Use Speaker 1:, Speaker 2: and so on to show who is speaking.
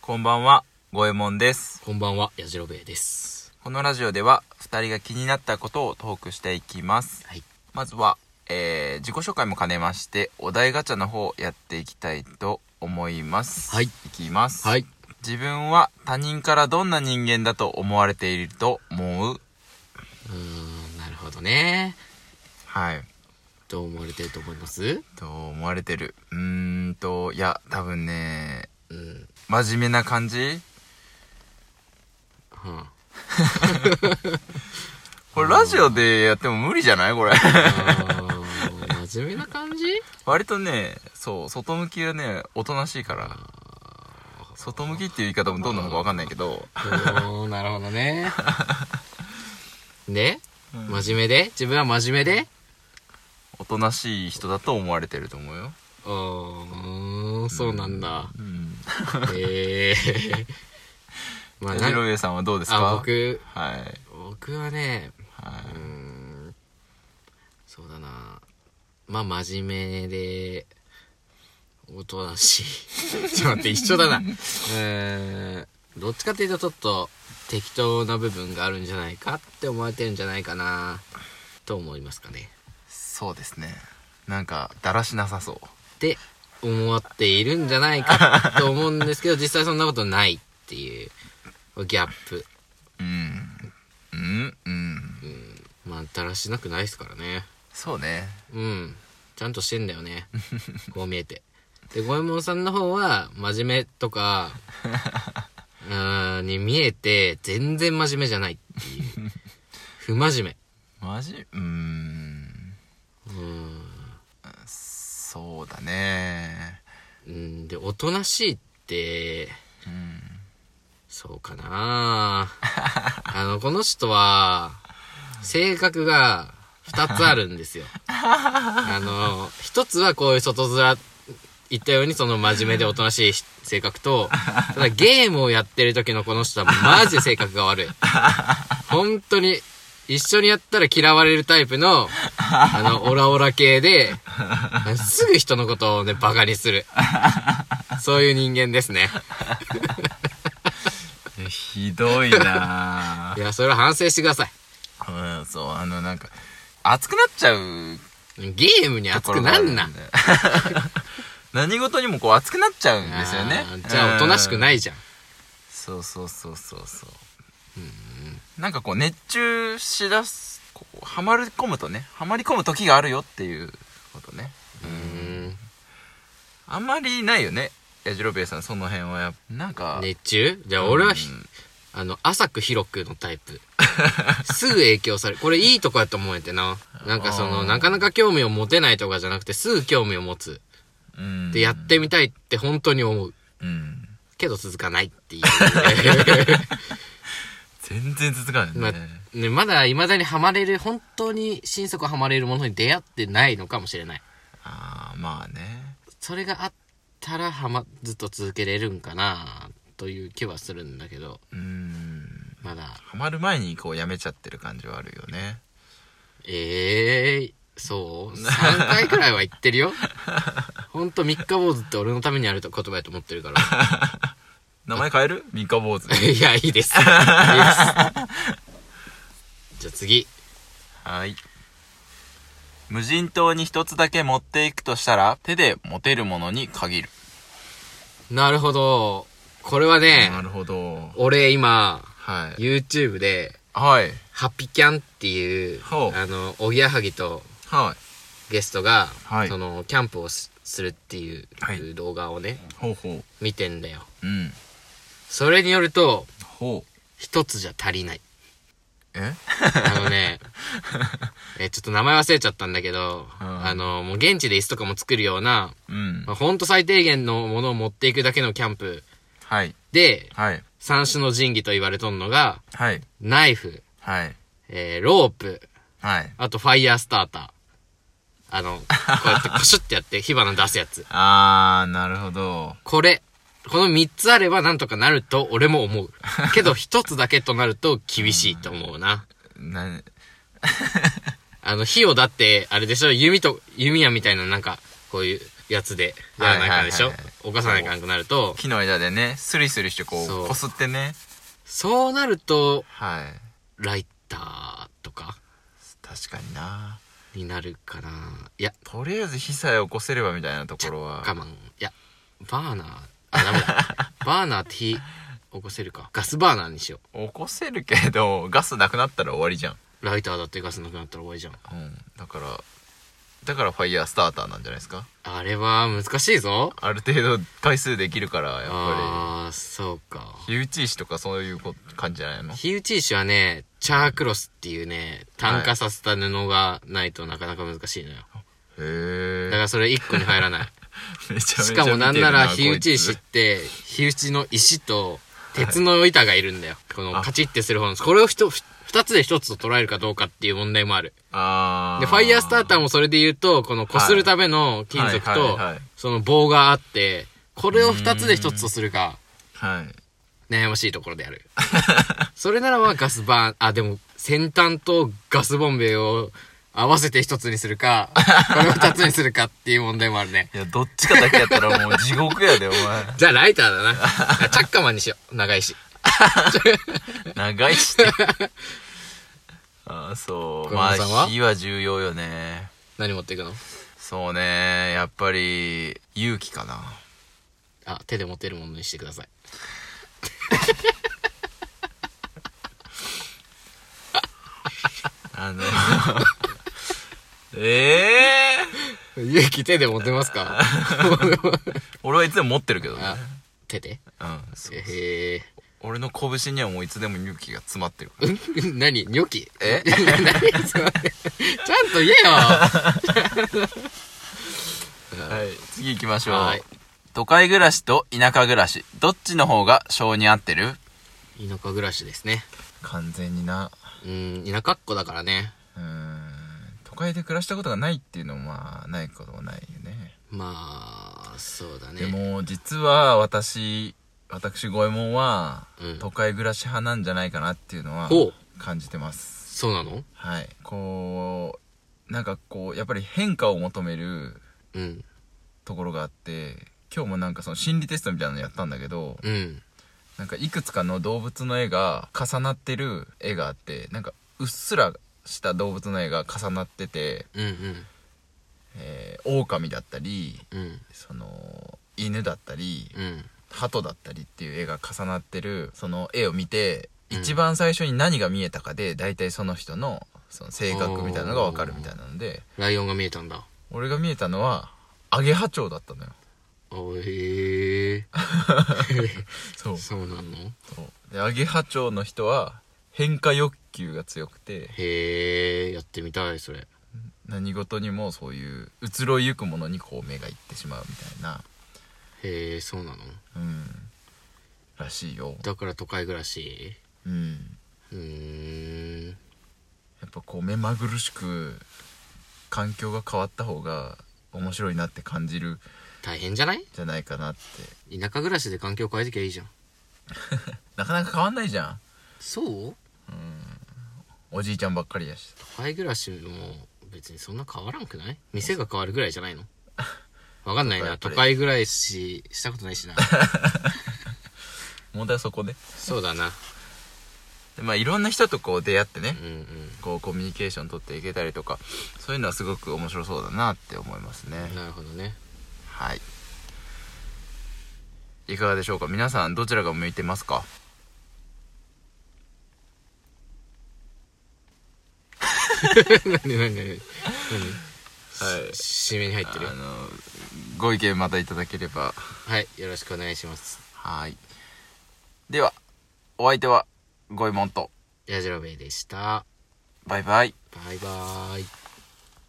Speaker 1: こんばんは、ごえもんです。
Speaker 2: こんばんは、やじろべえです。
Speaker 1: このラジオでは、二人が気になったことをトークしていきます。
Speaker 2: はい。
Speaker 1: まずは、えー、自己紹介も兼ねまして、お題ガチャの方やっていきたいと思います。
Speaker 2: はい
Speaker 1: いきます。
Speaker 2: はい。
Speaker 1: 自分は他人からどんな人間だと思われていると思う
Speaker 2: うーん、なるほどね。
Speaker 1: はい。
Speaker 2: どう思われてると思います
Speaker 1: と思われてる。うーんと、いや、多分ね、
Speaker 2: うん。
Speaker 1: 真面目な感じ
Speaker 2: は
Speaker 1: これラジオでやっても無理じゃないこれ。
Speaker 2: あ、あー 真面目な感じ
Speaker 1: 割とね、そう、外向きはね、おとなしいから。外向きっていう言い方もどうなのかわかんないけど。
Speaker 2: おー、なるほどね。 で真面目で自分は真面目で
Speaker 1: おとなしい人だと思われてると思うよ。
Speaker 2: うーん、そうなんだ。
Speaker 1: うん。
Speaker 2: ええー。 まあ、
Speaker 1: ジロ
Speaker 2: なん
Speaker 1: ウエさんはどうですか
Speaker 2: あ、。僕、
Speaker 1: はい。
Speaker 2: 僕はね、
Speaker 1: は
Speaker 2: うー
Speaker 1: い。
Speaker 2: んそうだなまあ真面目でおとなしい ちょっと待って一緒だなうーんどっちかっていうとちょっと適当な部分があるんじゃないかって思われてるんじゃないかなと思いますかね
Speaker 1: そうですね。なんか、だらしなさそう。
Speaker 2: って思っているんじゃないかと思うんですけど実際そんなことないっていうギャップ
Speaker 1: うん。うんうん。
Speaker 2: まあだらしなくないですからね
Speaker 1: そうね。
Speaker 2: うん。ちゃんとしてんだよね。 こう見えて。で、五右衛門さんの方は、真面目とか、 うーん、に見えて、全然真面目じゃないっていう。不真面
Speaker 1: マジうーん。
Speaker 2: 目。うーん
Speaker 1: そうだね。
Speaker 2: うん。で、おとなしいって、
Speaker 1: うん。
Speaker 2: そうかなあの、この人は、性格が二つあるんですよ。あの、一つはこういう外面、言ったようにその真面目でおとなしい性格と、ただゲームをやってる時のこの人はマジで性格が悪い。本当に、一緒にやったら嫌われるタイプの、あの、オラオラ系で、すぐ人のことをね、バカにする。そういう人間です ね。
Speaker 1: いやひどいない
Speaker 2: や、それは反省してください。
Speaker 1: うん、そう、あの、なんか、熱くなっちゃう
Speaker 2: ゲームに
Speaker 1: と
Speaker 2: 熱
Speaker 1: こ
Speaker 2: く
Speaker 1: ろがあ
Speaker 2: な
Speaker 1: る
Speaker 2: んな。
Speaker 1: で 何事にもこう熱くなっちゃうんですよね
Speaker 2: あーじゃあ、おとなしくないいじゃん。
Speaker 1: そうそうそうそうそうなんかこう熱中しだすこうはまり込むとねはまり込む時があるよっていうことね
Speaker 2: うーん。
Speaker 1: あんまりないよねやじろべえさんその辺はやっぱなんか
Speaker 2: 熱中じゃあ、俺はひ、
Speaker 1: うん
Speaker 2: あの、浅く広くのタイプ。すぐ影響される。これいいとこやと思えてな。なんかそ
Speaker 1: あ
Speaker 2: の、
Speaker 1: ー
Speaker 2: なかなか興味を持てないとかじゃなくて、すぐ興味を持つ。
Speaker 1: うん
Speaker 2: で、やってみたいって本当に思う。
Speaker 1: うん
Speaker 2: けど続かないっていう。
Speaker 1: 全然続 かない
Speaker 2: ま
Speaker 1: よ
Speaker 2: あ
Speaker 1: ね
Speaker 2: ね、まだ未だにハマれる、本当に心底ハマれるものに出会ってないのかもしれない。
Speaker 1: ああまあね
Speaker 2: それがあったらハマずっと続けれるんかなという気はするんだけど
Speaker 1: うん
Speaker 2: まだ
Speaker 1: はまる前にこうやめちゃってる感じはあるよね
Speaker 2: ええ そう3回くらいは行ってるよほんと三日坊主って俺のためにある言葉やと思ってるから
Speaker 1: 名前変える三日坊主
Speaker 2: いやいいですいいですじゃあ次
Speaker 1: はい。無人島に一つだけ持っていくとしたら、手で持てるものに限る。
Speaker 2: なるほどこれはね
Speaker 1: なるほど。
Speaker 2: 俺今
Speaker 1: はい。
Speaker 2: YouTube で
Speaker 1: はい。
Speaker 2: ハピキャンっていう
Speaker 1: ほう
Speaker 2: あのおぎやはぎと
Speaker 1: はい。
Speaker 2: ゲストが、
Speaker 1: はい
Speaker 2: そのキャンプをすするっていう、
Speaker 1: はい
Speaker 2: 動画をね
Speaker 1: ほうほ
Speaker 2: 見てんだよ
Speaker 1: う。うん。
Speaker 2: それによると
Speaker 1: ほう。
Speaker 2: 一つじゃ足りない
Speaker 1: え
Speaker 2: あ のねえちょっと名前忘れちゃったんだけど、
Speaker 1: うん
Speaker 2: あのもう現地で椅子とかも作るような、
Speaker 1: うん
Speaker 2: ま。あ、ほんと最低限のものを持っていくだけのキャンプ
Speaker 1: はい。
Speaker 2: で
Speaker 1: はい。
Speaker 2: 三種の神器と言われとんのが
Speaker 1: はい。
Speaker 2: ナイフ、
Speaker 1: はい。
Speaker 2: えーロープ
Speaker 1: はい。
Speaker 2: あとファイヤースターターあのこうやってコシュってやって火花出すやつ
Speaker 1: あー、なるほど。
Speaker 2: これ、この三つあればなんとかなると俺も 思う。けど一つだけとなると厳しいと思うな。
Speaker 1: な、
Speaker 2: あの、火をだって、あれでしょ、弓と、弓矢みたいななんか、こういうやつで、やらないかんでしょ
Speaker 1: はいはいはいはい。
Speaker 2: 犯さないかんくなると、
Speaker 1: 木の枝でね、スリスリしてこ
Speaker 2: そう
Speaker 1: う、こすってね。
Speaker 2: そうなると、
Speaker 1: はい。
Speaker 2: ライターとか
Speaker 1: 確かにな。
Speaker 2: になるかな。いや、
Speaker 1: とりあえず被災を起こせればみたいなところは。
Speaker 2: 我慢。いや、バーナー、あ、ダ メだ。バーナーって火起こせるか。ガスバーナーにしよ
Speaker 1: 起こせるけど、ガスなくなったら終わりじゃん。
Speaker 2: う。ライターだってガスなくなったら終わりじゃん。
Speaker 1: うん。だから、だからファイヤースターターなんじゃないですか
Speaker 2: あれは難しいぞ。
Speaker 1: ある程度回数できるから、やっぱ
Speaker 2: ああ、そうか。
Speaker 1: り。火打ち石とかそういうこ感じじゃないの
Speaker 2: 火打ち石はね、チャークロスっていうね、炭化させた布がないとなかなか難しいのよ。
Speaker 1: へ
Speaker 2: だか
Speaker 1: え。
Speaker 2: らそれ1個に入らない。
Speaker 1: めちゃめちゃ
Speaker 2: しかもなんなら火打ち石
Speaker 1: 見
Speaker 2: って
Speaker 1: る
Speaker 2: て、火打ちの石と鉄の板がいるんだよ。このカチッてする方の。これをひとふ二つで一つと捉えるかどうかっていう問題もある。
Speaker 1: なあー。
Speaker 2: で、ファイヤースターターもそれで言うと、この擦るための金属
Speaker 1: はいはい
Speaker 2: と
Speaker 1: はいはい、
Speaker 2: その棒があって、これを二つで一つとするか、
Speaker 1: はい。
Speaker 2: 悩ましいところである。 それならばガスバーン、あ、でも先端とガスボンベを合わせて一つにする か、これを二つにするかっていう問題もあるね。
Speaker 1: いや、どっちかだけやったらもう地獄やで、お 前。
Speaker 2: じゃあライター だな。あチャッカマンにしよう。長いし。
Speaker 1: 長いして。 ああ、そう。
Speaker 2: 小
Speaker 1: ま
Speaker 2: 山さんは
Speaker 1: あ、火は重要よね。
Speaker 2: 何持っていくの
Speaker 1: そうね。やっぱり、勇気かな。
Speaker 2: あ、手で持てるものにしてください。
Speaker 1: あ の、ええ
Speaker 2: 勇気手で持てますか
Speaker 1: 俺はいつでも持ってるけどね
Speaker 2: あ。手で
Speaker 1: うん。そう
Speaker 2: へえ。
Speaker 1: 俺の拳にはもういつでも勇気が詰まってるから。
Speaker 2: うん 何ニョキ
Speaker 1: え
Speaker 2: 何それちゃんと言えよ
Speaker 1: はい。次行きましょう
Speaker 2: はい。
Speaker 1: 都会暮らしと田舎暮らし、どっちの方が性に合ってる
Speaker 2: 田舎暮らしですね。
Speaker 1: 完全にな。
Speaker 2: うん、田舎っ子だからね。
Speaker 1: うーん。都会で暮らしたことがないっていうのも、まあ、ないことはないよね。
Speaker 2: まあ、そうだね。
Speaker 1: でも実は私私五右衛門は
Speaker 2: うん
Speaker 1: 都会暮らし派なんじゃないかなっていうのは
Speaker 2: ほう
Speaker 1: 感じてます、
Speaker 2: そうなの
Speaker 1: はいこうなんかこうやっぱり変化を求める
Speaker 2: うん。
Speaker 1: ところがあって今日もなんかその心理テストみたいなのやったんだけど
Speaker 2: うん。
Speaker 1: なんかいくつかの動物の絵が重なってる絵があってなんかうっすらした動物の絵が重なってて、
Speaker 2: うんうん。
Speaker 1: えー、狼だったり
Speaker 2: うん。
Speaker 1: その犬だったり、
Speaker 2: うん。
Speaker 1: 鳩だったりっていう絵が重なってるその絵を見て、
Speaker 2: うん
Speaker 1: 一番最初に何が見えたかで大体その人のその性格みたいなのが分かるみたいなので
Speaker 2: ライオンが見えたんだ。
Speaker 1: 俺が見えたのはアゲハチョウだったのよ
Speaker 2: おへえ。
Speaker 1: そうそ
Speaker 2: そうなの
Speaker 1: うでアゲハチョウの人は変化欲求が強くて
Speaker 2: へえ、やってみたい、それ。
Speaker 1: 何事にもそういう移ろいゆくものにこう目がいってしまうみたいな
Speaker 2: へえ、そうなの
Speaker 1: うんらしいよ
Speaker 2: だから都会暮らし
Speaker 1: うん
Speaker 2: うーん。
Speaker 1: やっぱこう目まぐるしく環境が変わった方が面白いなって感じる
Speaker 2: 大変じゃない
Speaker 1: じゃないかなって
Speaker 2: 田舎暮らしで環境変えてきゃいいじゃん。
Speaker 1: なかなか変わんないじゃん
Speaker 2: そう
Speaker 1: おじいちゃんばっかりやし
Speaker 2: 都会暮らしも別にそんな変わらんくない店が変わるぐらいじゃないのわかんないな。
Speaker 1: 都
Speaker 2: 都
Speaker 1: 会
Speaker 2: 会暮らししたことないしな。
Speaker 1: 問題はそこで
Speaker 2: そうだな。
Speaker 1: でまあいろんな人とこう出会ってね
Speaker 2: うんうん。
Speaker 1: こうコミュニケーション取っていけたりとかそういうのはすごく面白そうだなって思いますね
Speaker 2: なるほどね。
Speaker 1: はいいかがでしょうか皆さんどちらが向いてますか
Speaker 2: 何何何何
Speaker 1: はい
Speaker 2: し締めに入って
Speaker 1: あ
Speaker 2: るよ
Speaker 1: の。ご意見またいただければ
Speaker 2: はい。よろしくお願いします。
Speaker 1: はいではお相手はごいもんと
Speaker 2: ヤジロベイでした。
Speaker 1: バイバイ
Speaker 2: バイバーイ。